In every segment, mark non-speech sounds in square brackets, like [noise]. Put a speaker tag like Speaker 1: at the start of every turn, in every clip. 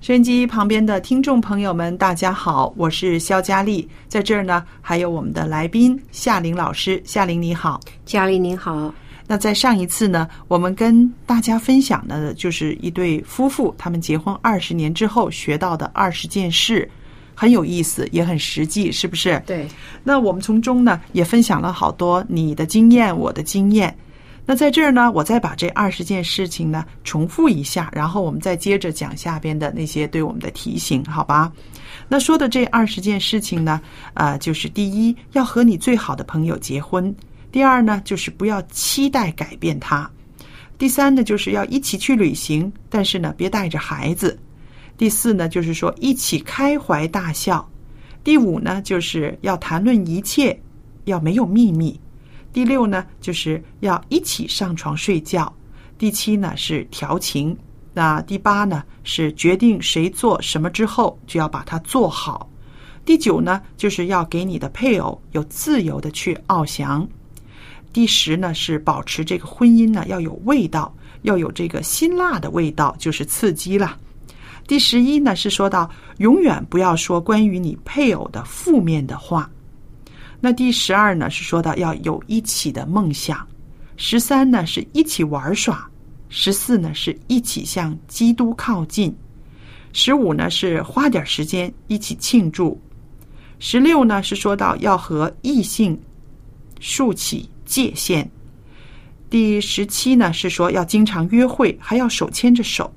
Speaker 1: 收音机旁边的听众朋友们，大家好，我是肖佳丽，在这儿呢，还有我们的来宾夏玲老师，夏玲你好。
Speaker 2: 嘉玲您好，
Speaker 1: 那在上一次呢，我们跟大家分享的就是一对夫妇他们结婚二十年之后学到的二十件事，很有意思，也很实际，是不是？
Speaker 2: 对，
Speaker 1: 那我们从中呢也分享了好多你的经验，我的经验。那在这儿呢，我再把这二十件事情呢重复一下，然后我们再接着讲下边的那些对我们的提醒，好吧？那说的这二十件事情呢，呃，就是第一，要和你最好的朋友结婚；第二呢，就是不要期待改变他；第三呢，就是要一起去旅行，但是呢，别带着孩子；第四呢，就是说一起开怀大笑；第五呢，就是要谈论一切，要没有秘密；第六呢，就是要一起上床睡觉；第七呢是调情；那第八呢是决定谁做什么之后就要把它做好；第九呢就是要给你的配偶有自由的去翱翔；第十呢是保持这个婚姻呢要有味道，要有这个辛辣的味道，就是刺激啦。第十一呢是说到永远不要说关于你配偶的负面的话。那第十二呢是说到要有一起的梦想，十三呢是一起玩耍，十四呢是一起向基督靠近，十五呢是花点时间一起庆祝，十六呢是说到要和异性竖起界限。第十七呢是说要经常约会，还要手牵着手。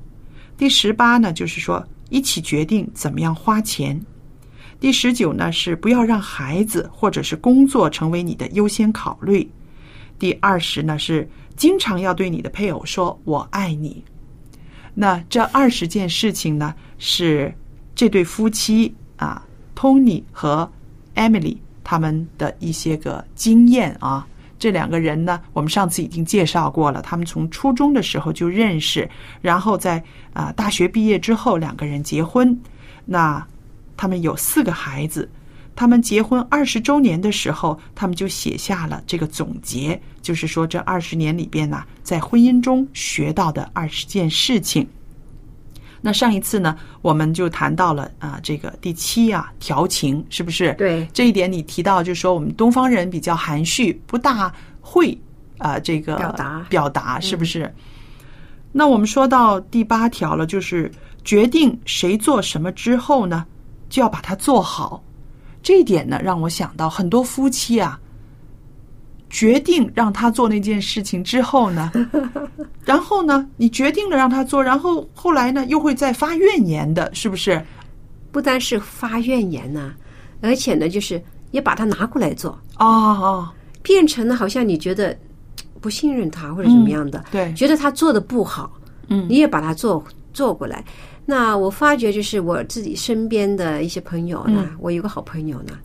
Speaker 1: 第十八呢，就是说一起决定怎么样花钱。第十九呢是不要让孩子或者是工作成为你的优先考虑。第二十呢是经常要对你的配偶说“我爱你”。那这二十件事情呢，是这对夫妻啊，Tony 和 Emily 他们的一些个经验啊。这两个人呢，我们上次已经介绍过了，他们从初中的时候就认识，然后在啊、大学毕业之后，两个人结婚。那他们有四个孩子。他们结婚二十周年的时候，他们就写下了这个总结，就是说这二十年里边呢、在婚姻中学到的二十件事情。那上一次呢，我们就谈到了啊、这个第七啊，调情是不是？
Speaker 2: 对
Speaker 1: 这一点你提到，就是说我们东方人比较含蓄，不大会啊、这个
Speaker 2: 表达嗯
Speaker 1: 表达是不是？那我们说到第八条了，就是决定谁做什么之后呢，就要把它做好。这一点呢，让我想到很多夫妻啊，决定让他做那件事情之后呢，
Speaker 2: [laughs]
Speaker 1: 然后呢，你决定了让他做，然后后来呢，又会再发怨言的，是不是？
Speaker 2: 不单是发怨言呐、而且呢，就是也把它拿过来做，
Speaker 1: 哦哦，
Speaker 2: 变成了好像你觉得嘖不信任他或者怎么样的，
Speaker 1: 对
Speaker 2: 觉得他做的不好，嗯，你也把它做做过来。那我发觉就是我自己身边的一些朋友呢，我有个好朋友呢，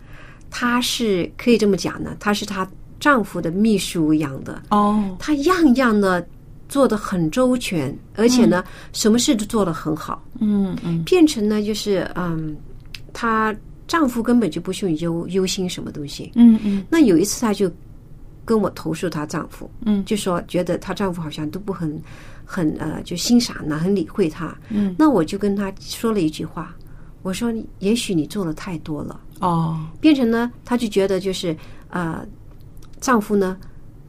Speaker 2: 她是可以这么讲呢，她是她丈夫的秘书一样的，
Speaker 1: 哦，
Speaker 2: 她样样呢做的很周全，而且呢，什么事都做得很好。
Speaker 1: 嗯嗯
Speaker 2: 变成呢，就是嗯，她丈夫根本就不需要忧忧心什么东西。
Speaker 1: 嗯嗯
Speaker 2: 那有一次，她就跟我投诉她丈夫，
Speaker 1: 嗯
Speaker 2: 就说觉得她丈夫好像都不很很呃，就欣赏呢，很理会她。
Speaker 1: 嗯，
Speaker 2: 那我就跟她说了一句话，我说你也许你做的太多了，
Speaker 1: 哦，
Speaker 2: 变成呢，她就觉得就是呃，丈夫呢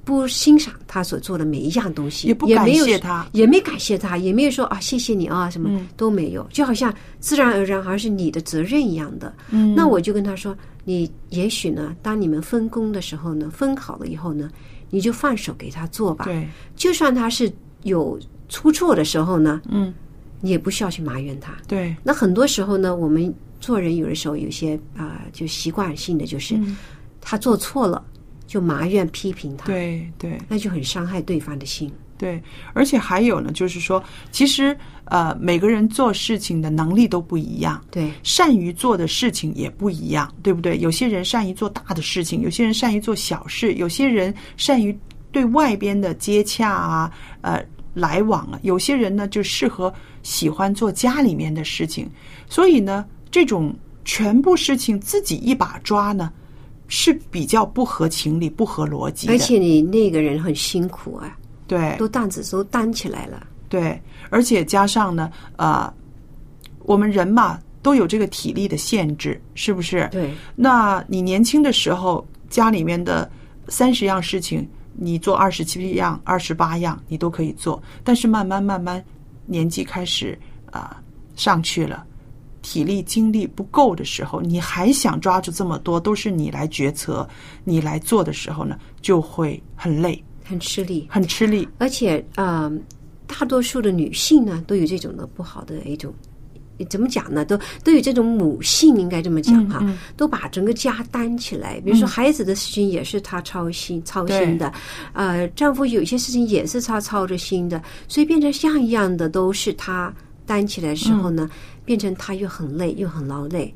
Speaker 2: 不欣赏她所做的每一样东西，
Speaker 1: 也
Speaker 2: 也
Speaker 1: 不感
Speaker 2: 没有
Speaker 1: 谢他。
Speaker 2: 也没感谢他，也没有说啊谢谢你啊什么、
Speaker 1: 嗯
Speaker 2: 都没有，就好像自然而然好像是你的责任一样的。
Speaker 1: 嗯
Speaker 2: 那我就跟他说，你也许呢，当你们分工的时候呢，分好了以后呢，你就放手给他做吧。
Speaker 1: 对，
Speaker 2: 就算他是有出错的时候呢，
Speaker 1: 嗯
Speaker 2: 你也不需要去埋怨他。
Speaker 1: 对，
Speaker 2: 那很多时候呢，我们做人有的时候有些啊、就习惯性的就是、
Speaker 1: 嗯
Speaker 2: 他做错了就埋怨批评他，
Speaker 1: 对对
Speaker 2: 那就很伤害对方的心。
Speaker 1: 对，而且还有呢，就是说，其实呃，每个人做事情的能力都不一样。
Speaker 2: 对，
Speaker 1: 善于做的事情也不一样，对不对？有些人善于做大的事情，有些人善于做小事，有些人善于对外边的接洽啊，呃，来往啊。有些人呢就适合喜欢做家里面的事情，所以呢，这种全部事情自己一把抓呢，是比较不合情理、不合逻辑的。
Speaker 2: 而且你那个人很辛苦啊。
Speaker 1: 对，
Speaker 2: 都担子都担起来了。
Speaker 1: 对，而且加上呢，呃，我们人嘛都有这个体力的限制，是不是？
Speaker 2: 对，
Speaker 1: 那你年轻的时候，家里面的三十样事情，你做二十七样、二十八样，你都可以做。但是慢慢慢慢，年纪开始啊、上去了，体力精力不够的时候，你还想抓住这么多，都是你来决策、你来做的时候呢，就会很累、
Speaker 2: 很吃力，
Speaker 1: 很吃力。
Speaker 2: 而且呃，大多数的女性呢都有这种的不好的一种。怎么讲呢？都都有这种母性，应该这么讲哈、
Speaker 1: 嗯
Speaker 2: 都把整个家担起来。比如说孩子的事情也是她操心、操心的，呃，丈夫有一些事情也是她操着心的，所以变成样样的都是她担起来的时候呢，变成她又很累又很劳累，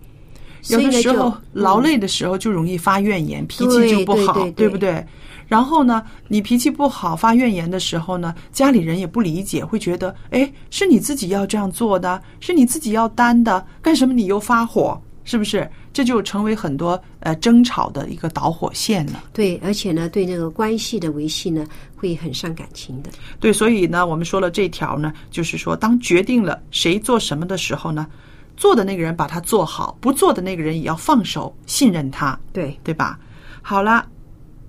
Speaker 2: 所
Speaker 1: 嗯有的
Speaker 2: 以呢
Speaker 1: 时
Speaker 2: 就嗯
Speaker 1: 候劳累的时候就容易发怨言，脾气就不好，
Speaker 2: 对对对
Speaker 1: 对不对？然后呢，你脾气不好发怨言的时候呢，家里人也不理解，会觉得哎，是你自己要这样做的，是你自己要担的，干什么你又发火？是不是？这就成为很多呃争吵的一个导火线了。
Speaker 2: 对，而且呢，对这个关系的维系呢，会很伤感情的。
Speaker 1: 对，所以呢，我们说了这条呢，就是说，当决定了谁做什么的时候呢，做的那个人把它做好，不做的那个人也要放手，信任他。
Speaker 2: 对，
Speaker 1: 对吧？好了，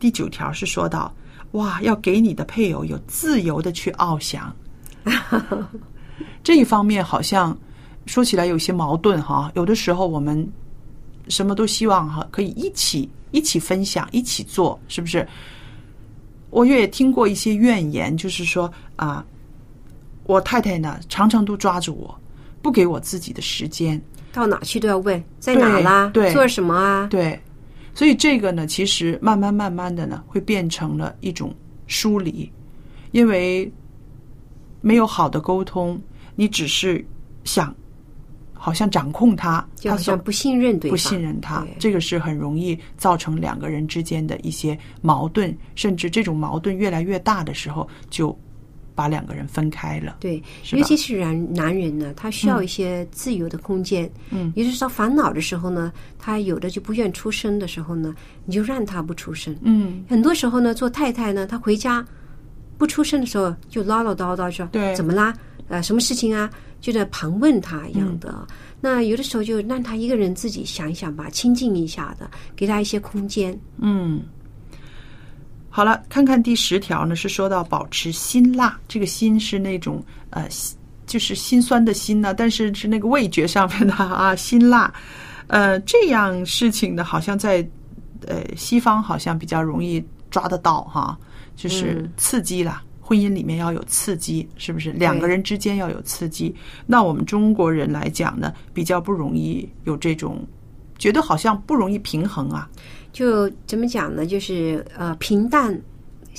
Speaker 1: 第九条是说到，哇，要给你的配偶有自由的去翱翔。这一方面好像说起来有些矛盾哈，有的时候我们什么都希望哈，可以一起一起分享，一起做，是不是？我也听过一些怨言，就是说啊，我太太呢常常都抓住我，不给我自己的时间，
Speaker 2: 到哪去都要问在哪啦，
Speaker 1: 对对
Speaker 2: 做什么啊？
Speaker 1: 对，所以这个呢，其实慢慢慢慢的呢，会变成了一种疏离，因为没有好的沟通，你只是想好像掌控他，
Speaker 2: 就
Speaker 1: 他
Speaker 2: 好
Speaker 1: 所
Speaker 2: 像不信任对方，
Speaker 1: 不信任他
Speaker 2: 对，
Speaker 1: 这个是很容易造成两个人之间的一些矛盾，甚至这种矛盾越来越大的时候，就把两个人分开了。
Speaker 2: 对，
Speaker 1: 是吧
Speaker 2: 尤其是男男人呢，他需要一些自由的空间。
Speaker 1: 嗯，
Speaker 2: 也就是他烦恼的时候呢，他有的就不愿出声的时候呢，你就让他不出声。
Speaker 1: 嗯，
Speaker 2: 很多时候呢，做太太呢，她回家不出声的时候，就唠唠叨叨说：“
Speaker 1: 对
Speaker 2: 怎么啦？呃，什么事情啊？”就在旁问他一样的。
Speaker 1: 嗯
Speaker 2: 那有的时候就让他一个人自己想一想吧，清静一下的，给他一些空间。
Speaker 1: 嗯，好了，看看第十条呢，是说到保持辛辣，这个辛是那种呃，辛就是辛酸的辛呢、但是是那个味觉上面的啊，辛辣。呃，这样事情呢，好像在呃西方好像比较容易抓得到哈，就是刺激啦。婚姻里面要有刺激，是不是？两个人之间要有刺激。那我们中国人来讲呢，比较不容易有这种，觉得好像不容易平衡啊。
Speaker 2: 就怎么讲呢？就是呃，平淡、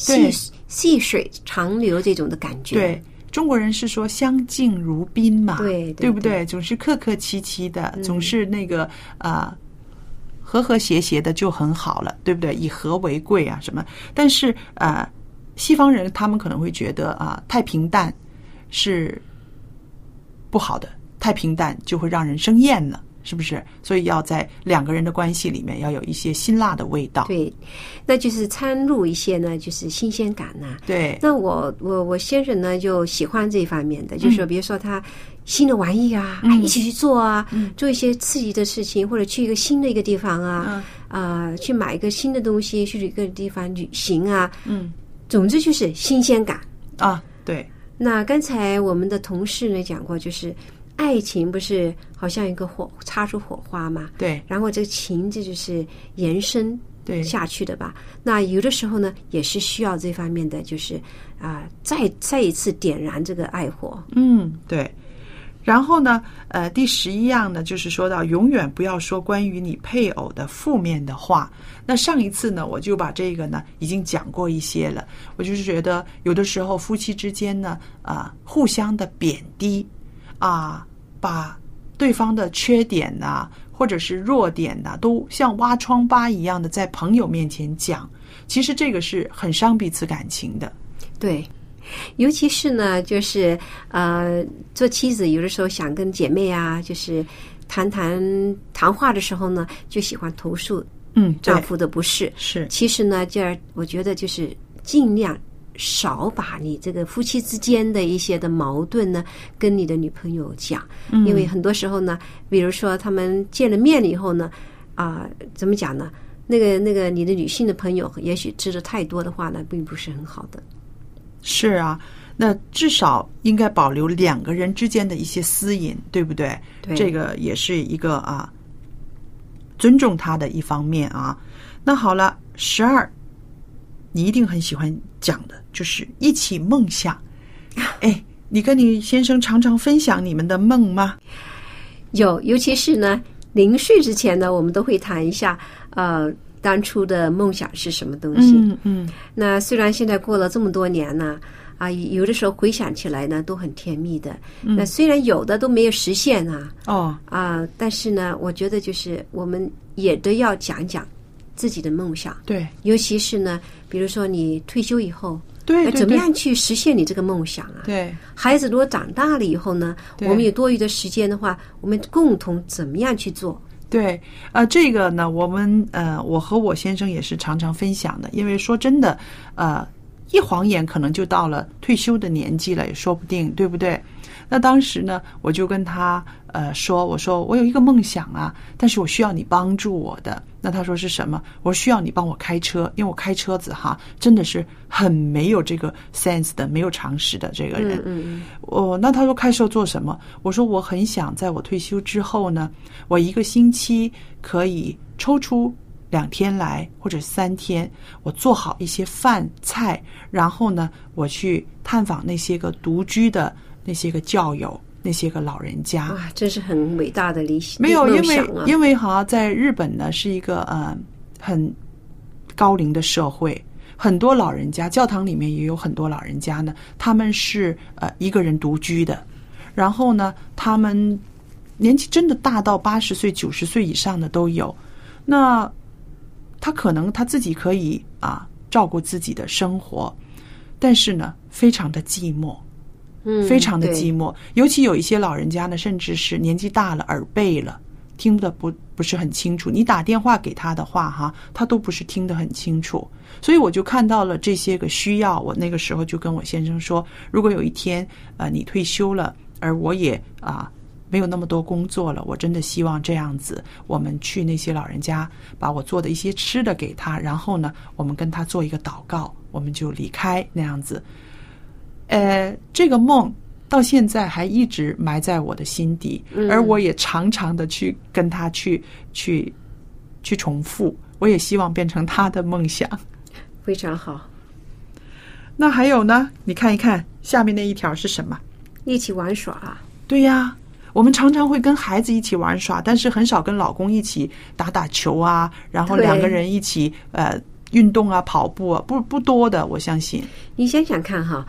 Speaker 1: 对
Speaker 2: 细细水长流这种的感觉。
Speaker 1: 对，中国人是说相敬如宾嘛，
Speaker 2: 对对嗯
Speaker 1: 不对？总是客客气气的，总是那个啊、呃和和谐谐的就很好了，对不对？以和为贵啊，什么？但是呃，西方人他们可能会觉得啊，太平淡是不好的，太平淡就会让人生厌了，是不是？所以要在两个人的关系里面要有一些辛辣的味道。
Speaker 2: 对，那就是掺入一些呢，就是新鲜感呐、
Speaker 1: 对，
Speaker 2: 那我我我先生呢就喜欢这一方面的，
Speaker 1: 嗯
Speaker 2: 就是说比如说他新的玩意啊，啊一起去做啊，
Speaker 1: 嗯
Speaker 2: 做一些刺激的事情，或者去一个新的一个地方啊，
Speaker 1: 嗯
Speaker 2: 啊、去买一个新的东西，去一个地方旅行啊，
Speaker 1: 嗯
Speaker 2: 总之就是新鲜感。
Speaker 1: 啊，对，
Speaker 2: 那刚才我们的同事呢讲过，就是爱情不是好像一个火擦出火花嘛，
Speaker 1: 对，
Speaker 2: 然后这个情这就是延伸
Speaker 1: 对
Speaker 2: 下去的吧。那有的时候呢，也是需要这方面的，就是啊、再再一次点燃这个爱火。
Speaker 1: 嗯，对。然后呢，呃，第十一样呢，就是说到永远不要说关于你配偶的负面的话。那上一次呢，我就把这个呢已经讲过一些了。我就是觉得有的时候夫妻之间呢，啊、互相的贬低，啊，把对方的缺点呐、或者是弱点呐、都像挖疮疤一样的在朋友面前讲，其实这个是很伤彼此感情的。
Speaker 2: 对，尤其是呢，就是呃，做妻子有的时候想跟姐妹啊，就是谈谈谈话的时候呢，就喜欢投诉
Speaker 1: 嗯，对
Speaker 2: 丈夫的不是。
Speaker 1: 是
Speaker 2: 其实呢，就是我觉得就是尽量少把你这个夫妻之间的一些的矛盾呢，跟你的女朋友讲，
Speaker 1: 嗯
Speaker 2: 因为很多时候呢，比如说他们见了面了以后呢，啊、怎么讲呢？那个那个，你的女性的朋友也许知的太多的话呢，并不是很好的。
Speaker 1: 是啊，那至少应该保留两个人之间的一些私隐，对不对？
Speaker 2: 对
Speaker 1: 这个也是一个啊，尊重他的一方面啊。那好了，十二，你一定很喜欢讲的，就是一起梦
Speaker 2: [laughs]
Speaker 1: 想。哎，你跟你先生常常分享你们的梦吗？
Speaker 2: 有，尤其是呢，临睡之前呢，我们都会谈一下，呃，当初的梦想是什么东西。
Speaker 1: 嗯，
Speaker 2: 那虽然现在过了这么多年呢，啊，有的时候回想起来呢，都很甜蜜的。
Speaker 1: 嗯
Speaker 2: 那虽然有的都没有实现啊，
Speaker 1: 哦，
Speaker 2: 啊，但是呢，我觉得就是我们也都要讲讲自己的梦想，
Speaker 1: 对
Speaker 2: 尤其是呢，比如说你退休以后，
Speaker 1: 对
Speaker 2: 那
Speaker 1: 对
Speaker 2: 怎么
Speaker 1: 对
Speaker 2: 样去实现你这个梦想啊？
Speaker 1: 对
Speaker 2: 孩子如果长大了以后呢，
Speaker 1: 对
Speaker 2: 我们有多余的时间的话，我们共同怎么样去做？
Speaker 1: 对，呃，这个呢，我们呃，我和我先生也是常常分享的，因为说真的，呃，一晃眼可能就到了退休的年纪了，也说不定，对不对？那当时呢，我就跟他呃说，我说我有一个梦想啊，但是我需要你帮助我的。那他说是什么？我说需要你帮我开车，因为我开车子哈，真的是很没有这个 sense 的，没有常识的这个人。
Speaker 2: 嗯
Speaker 1: 哦，那他说开售做什么？我说我很想在我退休之后呢，我一个星期可以抽出两天来或者三天，我做好一些饭菜，然后呢，我去探访那些个独居的那些个教友，那些个老人家。
Speaker 2: 哇，嗯啊真是很伟大的理想，
Speaker 1: 没有，因
Speaker 2: 梦
Speaker 1: 为、
Speaker 2: 想啊，
Speaker 1: 因为好像在日本呢是一个呃很高龄的社会，很多老人家，教堂里面也有很多老人家呢，他们是呃一个人独居的，然后呢，他们年纪真的大到八十岁、九十岁以上的都有，那他可能他自己可以啊照顾自己的生活，但是呢，非常的寂寞。
Speaker 2: 嗯
Speaker 1: 非常的
Speaker 2: 对
Speaker 1: 寂寞。尤其有一些老人家呢，甚至是年纪大了，耳背了，听得不不是很清楚。你打电话给他的话，哈，他都不是听得很清楚。所以我就看到了这些个需要。我那个时候就跟我先生说，如果有一天，呃，你退休了，而我也啊。没有那么多工作了，我真的希望这样子，我们去那些老人家，把我做的一些吃的给他，然后呢，我们跟他做一个祷告，我们就离开那样子。呃，这个梦到现在还一直埋在我的心底，而我也常常的去跟他去去去重复。我也希望变成他的梦想。 [laughs]
Speaker 2: 非常好，
Speaker 1: 那还有呢？你看一看下面那一条是什么？
Speaker 2: 一起玩耍啊。
Speaker 1: 对呀，我们常常会跟孩子一起玩耍，但是很少跟老公一起打打球啊，然后
Speaker 2: 对
Speaker 1: 两个人一起呃运动啊、跑步啊，不不多的，我相信。
Speaker 2: 你想想看哈，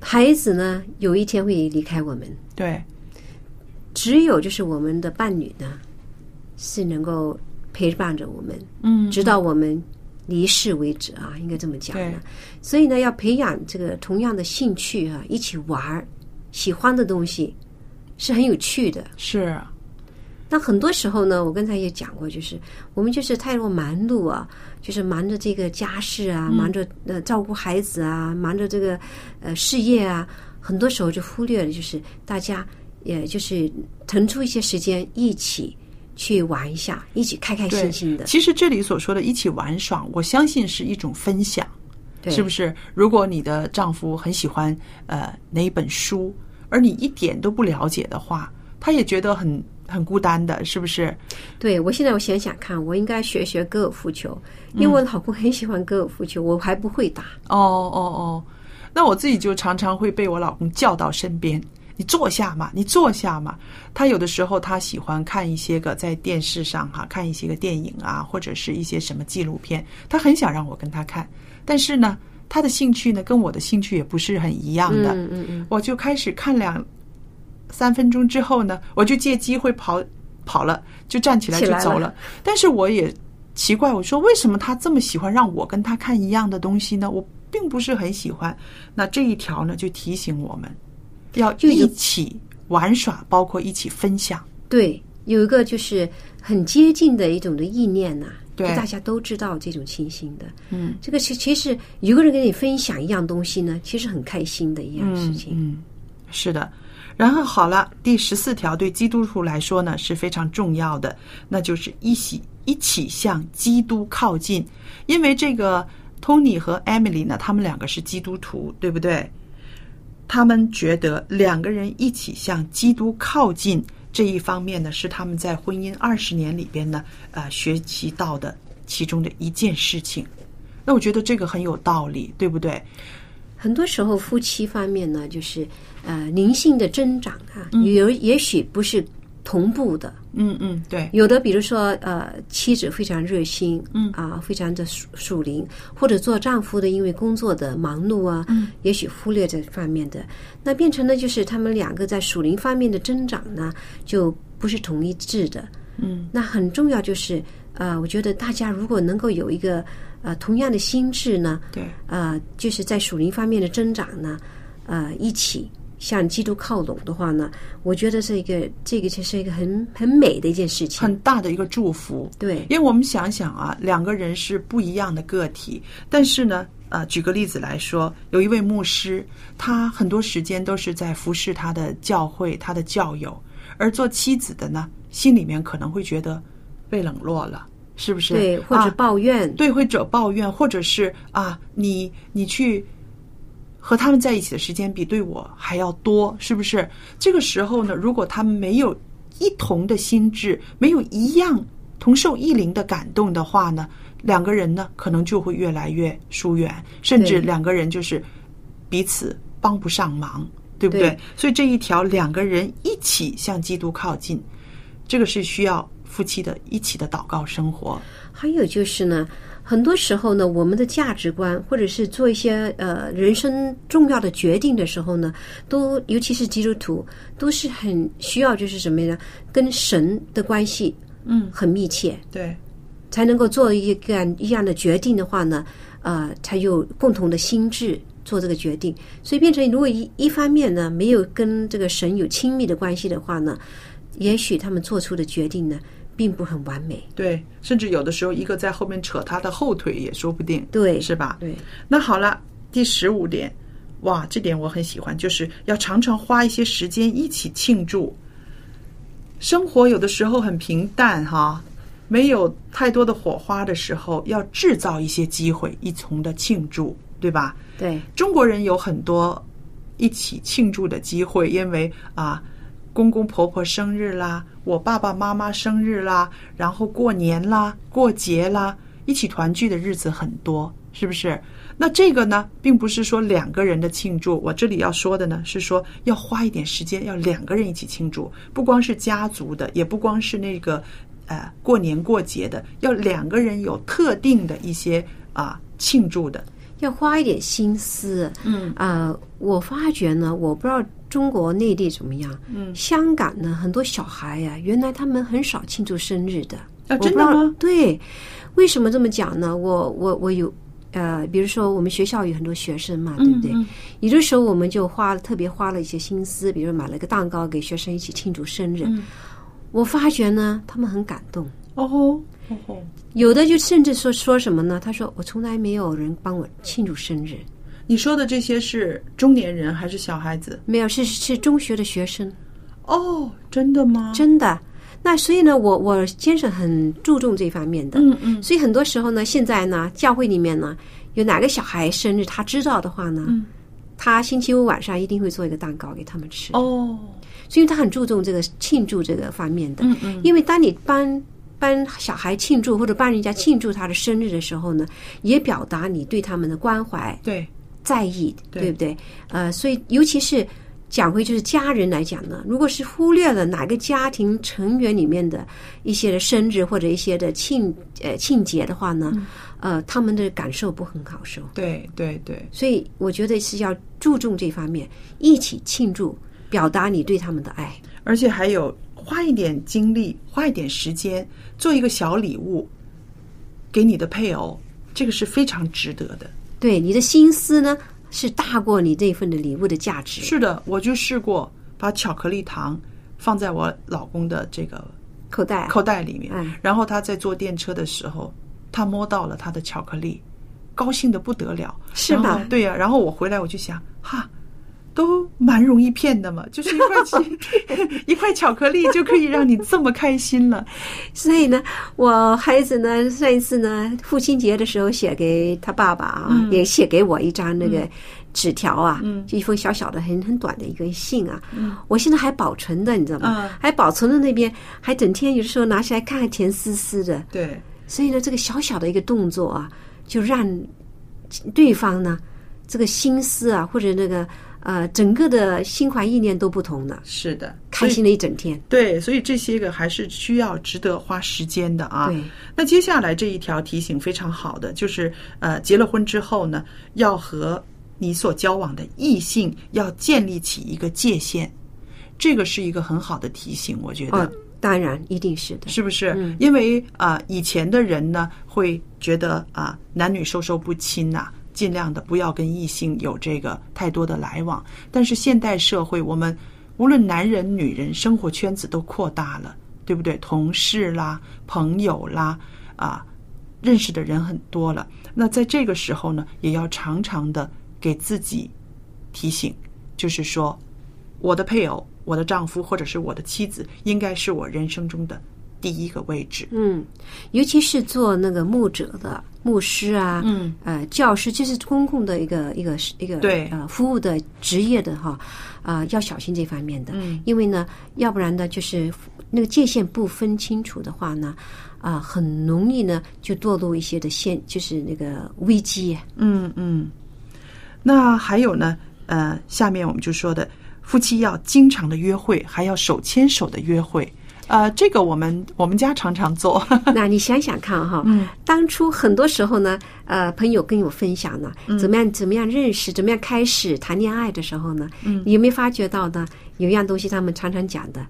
Speaker 2: 孩子呢有一天会离开我们，
Speaker 1: 对，
Speaker 2: 只有就是我们的伴侣呢是能够陪伴着我们，
Speaker 1: 嗯
Speaker 2: 直到我们离世为止啊，应该这么讲
Speaker 1: 对
Speaker 2: 的。所以呢，要培养这个同样的兴趣啊，一起玩儿，喜欢的东西是很有趣的。
Speaker 1: 是，
Speaker 2: 那很多时候呢，我刚才也讲过，就是我们就是太过忙碌啊，就是忙着这个家事啊，忙着呃照顾孩子啊，忙着这个呃事业啊，很多时候就忽略了，就是大家也就是腾出一些时间一起去玩一下，一起开开
Speaker 1: 对
Speaker 2: 心心的，
Speaker 1: 其实这里所说的一起玩耍，我相信是一种分享，
Speaker 2: 对
Speaker 1: 是不是？如果你的丈夫很喜欢呃哪一本书，而你一点都不了解的话，他也觉得很很孤单的，是不是？
Speaker 2: 对我现在我想想看，我应该学学高尔夫球，因为我老公很喜欢高尔夫球，我还不会打。
Speaker 1: 哦哦哦，那我自己就常常会被我老公叫到身边，你坐下嘛，你坐下嘛。他有的时候他喜欢看一些个在电视上哈、看一些个电影啊，或者是一些什么纪录片，他很想让我跟他看，但是呢，他的兴趣呢跟我的兴趣也不是很一样的，
Speaker 2: 嗯嗯嗯，
Speaker 1: 我就开始看两三分钟之后呢，我就借机会跑跑了，就站起来
Speaker 2: 起
Speaker 1: 就
Speaker 2: 来
Speaker 1: 走
Speaker 2: 了
Speaker 1: 了。但是我也奇怪，我说为什么他这么喜欢让我跟他看一样的东西呢？我并不是很喜欢。那这一条呢，就提醒我们要
Speaker 2: 就有
Speaker 1: 一起玩耍，包括一起分享。
Speaker 2: 对，有一个就是很接近的一种的意念呐、就
Speaker 1: 对
Speaker 2: 大家都知道这种情形的。嗯，这个其其实有个人跟你分享一样东西呢，其实很开心的一样事情。
Speaker 1: 是的。然后好了，第十四条对基督徒来说呢是非常重要的，那就是一起一起向基督靠近，因为这个 Tony 和 Emily 呢，他们两个是基督徒，对不对？他们觉得两个人一起向基督靠近这一方面呢，是他们在婚姻二十年里边呢，呃，学习到的其中的一件事情。那我觉得这个很有道理，对不对？
Speaker 2: 很多时候夫妻方面呢，就是呃灵性的增长啊，有也许不是同步的。
Speaker 1: 嗯嗯，对，
Speaker 2: 有的比如说呃妻子非常热心，嗯啊、非常的属属灵，或者做丈夫的因为工作的忙碌啊，嗯，也许忽略这方面的，那变成了就是他们两个在属灵方面的增长呢，就不是同一致的，嗯，那很重要就是呃，我觉得大家如果能够有一个呃同样的心智呢，
Speaker 1: 对，
Speaker 2: 呃，就是在属灵方面的增长呢，呃，一起向基督靠拢的话呢，我觉得是一个这个其实是一个很很美的一件事情，
Speaker 1: 很大的一个祝福。
Speaker 2: 对
Speaker 1: 因为我们想想啊，两个人是不一样的个体，但是呢，呃，举个例子来说，有一位牧师，他很多时间都是在服侍他的教会、他的教友，而做妻子的呢，心里面可能会觉得被冷落了，是不是？
Speaker 2: 对，或者
Speaker 1: 啊
Speaker 2: 抱怨，
Speaker 1: 对会者抱怨，或者是啊，你你去和他们在一起的时间比对我还要多，是不是？这个时候呢，如果他们没有一同的心智，没有一样同受一灵的感动的话呢，两个人呢可能就会越来越疏远，甚至
Speaker 2: 对
Speaker 1: 两个人就是彼此帮不上忙，对不对？
Speaker 2: 对
Speaker 1: 所以这一条，两个人一起向基督靠近，这个是需要夫妻的一起的祷告生活。
Speaker 2: 还有就是呢，很多时候呢，我们的价值观，或者是做一些呃人生重要的决定的时候呢，都尤其是基督徒，都是很需要就是什么呢？跟神的关系，嗯，很密切，
Speaker 1: 对。
Speaker 2: 才能够做一个一样的决定的话呢，呃，才有共同的心智做这个决定。所以变成，如果一一方面呢没有跟这个神有亲密的关系的话呢，也许他们做出的决定呢并不很完美。
Speaker 1: 对，甚至有的时候一个在后面扯他的后腿也说不定，
Speaker 2: 对
Speaker 1: 是吧？
Speaker 2: 对，
Speaker 1: 那好了，第十五点，哇，这点我很喜欢，就是要常常花一些时间一起庆祝。生活有的时候很平淡哈，没有太多的火花的时候，要制造一些机会，一同的庆祝，对吧？
Speaker 2: 对，
Speaker 1: 中国人有很多一起庆祝的机会，因为啊，公公婆婆生日啦，我爸爸妈妈生日啦，然后过年啦、过节啦，一起团聚的日子很多，是不是？那这个呢，并不是说两个人的庆祝，我这里要说的呢是说要花一点时间，要两个人一起庆祝，不光是家族的，也不光是那个呃过年过节的，要两个人有特定的一些啊庆祝的，
Speaker 2: 要花一点心思。嗯，啊、我发觉呢，我不知道中国内地怎么样，嗯，香港呢，很多小孩呀、原来他们很少庆祝生日的。
Speaker 1: 啊，
Speaker 2: 我不
Speaker 1: 真
Speaker 2: 知
Speaker 1: 的
Speaker 2: 道
Speaker 1: 吗？
Speaker 2: 对，为什么这么讲呢？我我我有呃，比如说我们学校有很多学生嘛，对不
Speaker 1: 嗯
Speaker 2: 对？有的时候我们就花特别花了一些心思，比如买了个蛋糕给学生一起庆祝生日。
Speaker 1: 嗯
Speaker 2: 我发觉呢，他们很感动，
Speaker 1: 哦吼，哦吼，
Speaker 2: 有的就甚至说说什么呢？他说我从来没有人帮我庆祝生日，
Speaker 1: 你说的这些是中年人还是小孩子？
Speaker 2: 没有，是是中学的学生。
Speaker 1: 哦，真的吗？
Speaker 2: 真的。那所以呢，我我先生很注重这方面的，嗯嗯，所以很多时候呢，现在呢，教会里面呢，有哪个小孩生日，他知道的话呢，他星期五晚上一定会做一个蛋糕给他们吃，
Speaker 1: 哦，
Speaker 2: 所以他很注重这个庆祝这个方面的，嗯嗯，因为当你帮帮小孩庆祝或者帮人家庆祝他的生日的时候呢，也表达你对他们的关怀，
Speaker 1: 对，
Speaker 2: 在意，
Speaker 1: 对
Speaker 2: 对不对？呃，所以尤其是讲回就是家人来讲呢，如果是忽略了哪个家庭成员里面的一些的生日或者一些的庆呃庆节的话呢，
Speaker 1: 嗯
Speaker 2: 呃，他们的感受不很好受。
Speaker 1: 对，对，对，
Speaker 2: 所以我觉得是要注重这方面，一起庆祝，表达你对他们的爱。
Speaker 1: 而且还有花一点精力，花一点时间，做一个小礼物给你的配偶，这个是非常值得的。
Speaker 2: 对你的心思呢，是大过你这份的礼物的价值。
Speaker 1: 是的，我就试过把巧克力糖放在我老公的这个
Speaker 2: 口袋啊，
Speaker 1: 口袋里面
Speaker 2: 嗯，
Speaker 1: 然后他在坐电车的时候，他摸到了他的巧克力，高兴的不得了，
Speaker 2: 是吧
Speaker 1: 然后对呀、然后我回来我就想，哈。都蛮容易骗的嘛，就是一块
Speaker 2: [laughs]
Speaker 1: 钱 [laughs] 一块巧克力就可以让你这么开心了。
Speaker 2: 所以呢，我孩子呢，上一次呢，父亲节的时候写给他爸爸啊，也写给我一张那个纸条啊，就一封小小的、很很短的一个信啊。我现在还保存的，你知道吗？
Speaker 1: 嗯
Speaker 2: 还保存在那边，还整天有时候拿起来看，还甜丝丝的。
Speaker 1: 对，
Speaker 2: 所以呢，这个小小的一个动作啊，就让对方呢，这个心思啊，或者那个呃，整个的心怀意念都不同的，
Speaker 1: 是的，
Speaker 2: 开心了一整天。
Speaker 1: 对，所以这些个还是需要值得花时间的啊
Speaker 2: 对。
Speaker 1: 那接下来这一条提醒非常好的，就是呃，结了婚之后呢，要和你所交往的异性要建立起一个界限，这个是一个很好的提醒，我觉得。
Speaker 2: 哦，当然一定是的。
Speaker 1: 是不是？因为啊、呃以前的人呢，会觉得啊、男女授受不亲呐、尽量的不要跟异性有这个太多的来往。但是现代社会，我们无论男人、女人，生活圈子都扩大了，对不对？同事啦、朋友啦，啊、认识的人很多了。那在这个时候呢，也要常常的给自己提醒，就是说，我的配偶、我的丈夫或者是我的妻子，应该是我人生中的第一个位置。
Speaker 2: 嗯，尤其是做那个牧者的牧师啊，嗯，呃，教师，这是公共的一个一个一个
Speaker 1: 对
Speaker 2: 呃服务的职业的哈，啊、要小心这方面的，嗯，因为呢，要不然呢，就是那个界限不分清楚的话呢，啊、很容易呢就堕入一些的陷，就是那个危机。啊
Speaker 1: 嗯嗯。那还有呢，呃，下面我们就说的，夫妻要经常的约会，还要手牵手的约会。呃，这个我们我们家常常 [laughs] 做。
Speaker 2: [laughs] 那你想想看哈，
Speaker 1: 嗯
Speaker 2: 当初很多时候呢，呃，朋友跟我分享呢，
Speaker 1: 嗯
Speaker 2: 怎么样怎么样认识，怎么样开始谈恋爱的时候呢，
Speaker 1: 嗯
Speaker 2: 你有没有发觉到呢？有一样东西他们常常讲的，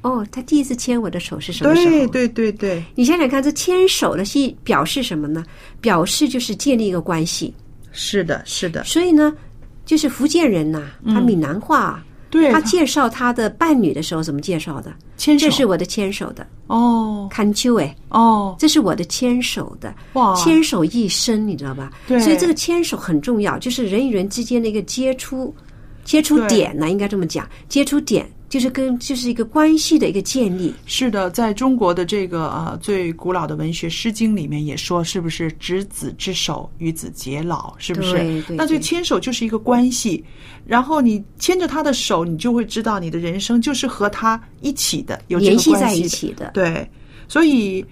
Speaker 2: 哦，他第一次牵我的手是什么时候？
Speaker 1: 对对对对，
Speaker 2: 你想想看，这牵手的是表示什么呢？表示就是建立一个关系。
Speaker 1: 是的，是的，
Speaker 2: 所以呢，就是福建人呐、他闽南话
Speaker 1: 嗯
Speaker 2: 啊、
Speaker 1: 对
Speaker 2: 他介绍他的伴侣的时候怎么介绍的？
Speaker 1: 牵手
Speaker 2: 这是我的牵手的，
Speaker 1: 哦
Speaker 2: 看秋哎。
Speaker 1: 哦，
Speaker 2: 这是我的牵手的，
Speaker 1: 哇
Speaker 2: 牵手一生，你知道吧？
Speaker 1: 哦对
Speaker 2: 所以这个牵手很重要，就是人与人之间的一个接触，接触
Speaker 1: 对
Speaker 2: 点呢，应该这么讲，接触点就是跟就是一个关系的一个建立。
Speaker 1: 是的，在中国的这个呃最古老的文学《诗经》里面也说，是不是执子之手，与子偕老？是不是？
Speaker 2: 对对
Speaker 1: 那这
Speaker 2: 对
Speaker 1: 牵手就是一个关系，然后你牵着他的手，你就会知道你的人生就是和他一起的，有这个
Speaker 2: 联系
Speaker 1: 关
Speaker 2: 在
Speaker 1: 系
Speaker 2: 一
Speaker 1: 的
Speaker 2: 起的
Speaker 1: 对，所以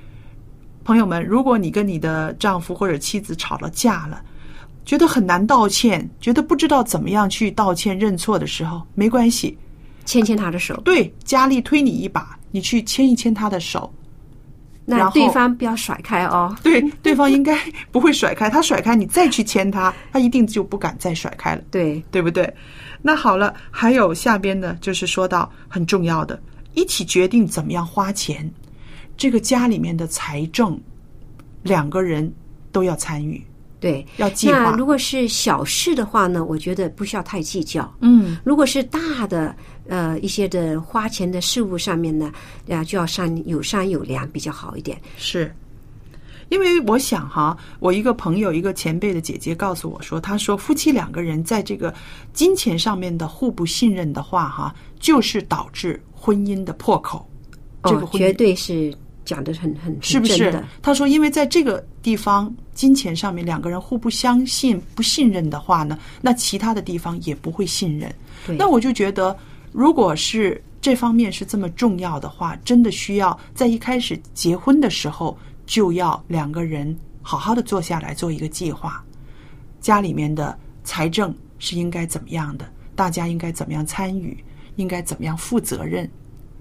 Speaker 1: 朋友们，如果你跟你的丈夫或者妻子吵了架了，觉得很难道歉，觉得不知道怎么样去道歉认错的时候，没关系，
Speaker 2: 牵牵他的手，
Speaker 1: 对，佳丽推你一把，你去牵一牵他的手。然
Speaker 2: 那
Speaker 1: 后
Speaker 2: 对方不要甩开哦。
Speaker 1: 对，对方应该不会甩开，他甩开你再去牵他，他一定就不敢再甩开了，
Speaker 2: 对，
Speaker 1: 对不对？那好了，还有下边呢，就是说到很重要的，一起决定怎么样花钱。这个家里面的财政，两个人都要参与，
Speaker 2: 对，
Speaker 1: 要计划。
Speaker 2: 那如果是小事的话呢，我觉得不需要太计较。
Speaker 1: 嗯，
Speaker 2: 如果是大的呃一些的花钱的事物上面呢，啊就要善有商有量比较好一点。
Speaker 1: 是，因为我想哈，我一个朋友，一个前辈的姐姐告诉我说，她说夫妻两个人在这个金钱上面的互不信任的话，哈，就是导致婚姻的破口。这个
Speaker 2: 哦，
Speaker 1: 婚
Speaker 2: 绝
Speaker 1: 姻
Speaker 2: 对是讲的很很
Speaker 1: 是不
Speaker 2: 很真
Speaker 1: 是
Speaker 2: 的？
Speaker 1: 他说，因为在这个地方金钱上面两个人互不相信、不信任的话呢，那其他的地方也不会信任。
Speaker 2: 对
Speaker 1: 那我就觉得，如果是这方面是这么重要的话，真的需要在一开始结婚的时候就要两个人好好的坐下来做一个计划，家里面的财政是应该怎么样的，大家应该怎么样参与，应该怎么样负责任，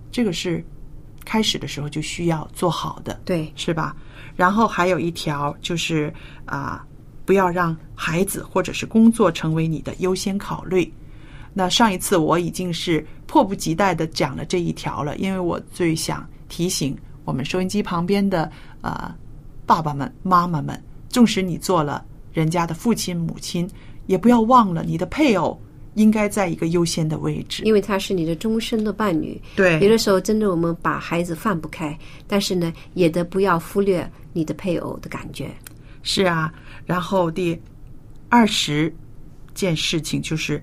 Speaker 1: 这个是开始的时候就需要做好的。
Speaker 2: 对，
Speaker 1: 是吧？然后还有一条就是啊、不要让孩子或者是工作成为你的优先考虑。那上一次我已经是迫不及待的讲了这一条了，因为我最想提醒我们收音机旁边的呃爸爸们、妈妈们，纵使你做了人家的父亲、母亲，也不要忘了你的配偶应该在一个优先的位置。
Speaker 2: 因为他是你的终身的伴侣。
Speaker 1: 对
Speaker 2: 有的时候真的我们把孩子放不开，但是呢，也得不要忽略你的配偶的感觉。
Speaker 1: 是啊，然后第二十件事情就是，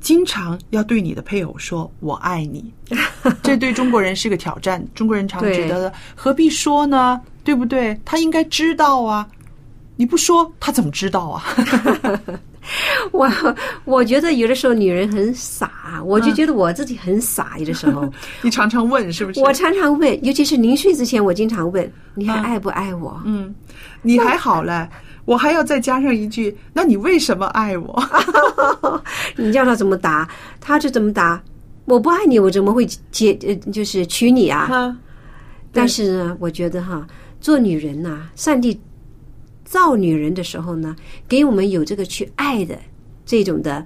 Speaker 1: 经常要对你的配偶说“我爱你”，
Speaker 2: [laughs]
Speaker 1: 这对中国人是个挑战。中国人常
Speaker 2: 对
Speaker 1: 觉得何必说呢？对不对？他应该知道啊，你不说他怎么知道啊？
Speaker 2: [laughs]
Speaker 1: [laughs]
Speaker 2: 我我觉得有的时候女人很傻，我就觉得我自己很傻。有的时 [laughs] 候，
Speaker 1: 你常常问是不是？
Speaker 2: 我常常问，尤其是临睡之前，我经常问：“你还爱不爱我？”嗯，
Speaker 1: 你还好嘞，我还要再加上一句：那你为什么爱我？
Speaker 2: 你叫他怎么答，他就怎么答。我不爱你，我怎么会结呃，就是娶你啊？但是呢，我觉得哈，做女人呐、上帝造女人的时候呢，给我们有这个去爱的这种的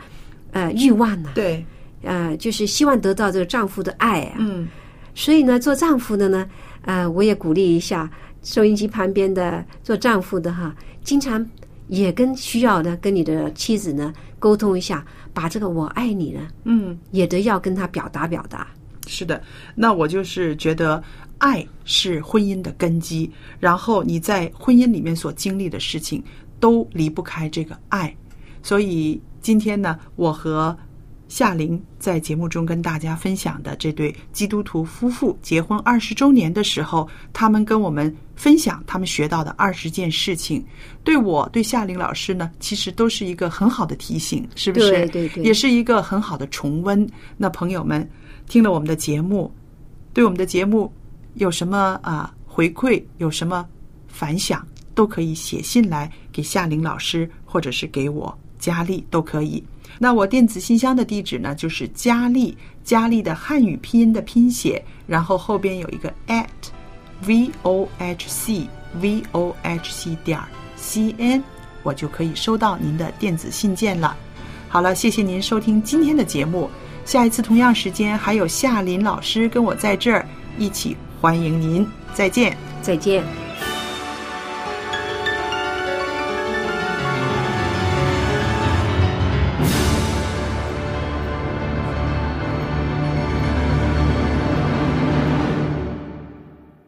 Speaker 2: 呃欲望呐、
Speaker 1: 对，
Speaker 2: 呃，就是希望得到这个丈夫的爱啊。
Speaker 1: 嗯，
Speaker 2: 所以呢，做丈夫的呢，呃，我也鼓励一下收音机旁边的做丈夫的哈，经常也跟需要呢，跟你的妻子呢沟通一下，把这个“我爱你”呢，
Speaker 1: 嗯，
Speaker 2: 也得要跟他表达表达。
Speaker 1: 是的，那我就是觉得爱是婚姻的根基，然后你在婚姻里面所经历的事情都离不开这个爱。所以今天呢，我和夏琳在节目中跟大家分享的这对基督徒夫妇结婚二十周年的时候，他们跟我们分享他们学到的二十件事情，对我对夏琳老师呢，其实都是一个很好的提醒，是不是？
Speaker 2: 对对对
Speaker 1: 也是一个很好的重温。那朋友们听了我们的节目，对我们的节目有什么啊回馈，有什么反响，都可以写信来给夏玲老师，或者是给我佳丽都可以。那我电子信箱的地址呢，就是佳丽，佳丽的汉语拼音的拼写，然后后边有一个 at v o h c v o h c 点 c n，我就可以收到您的电子信件了。好了，谢谢您收听今天的节目。下一次同样时间还有夏琳老师跟我在这儿一起欢迎您，再见。
Speaker 2: 再见。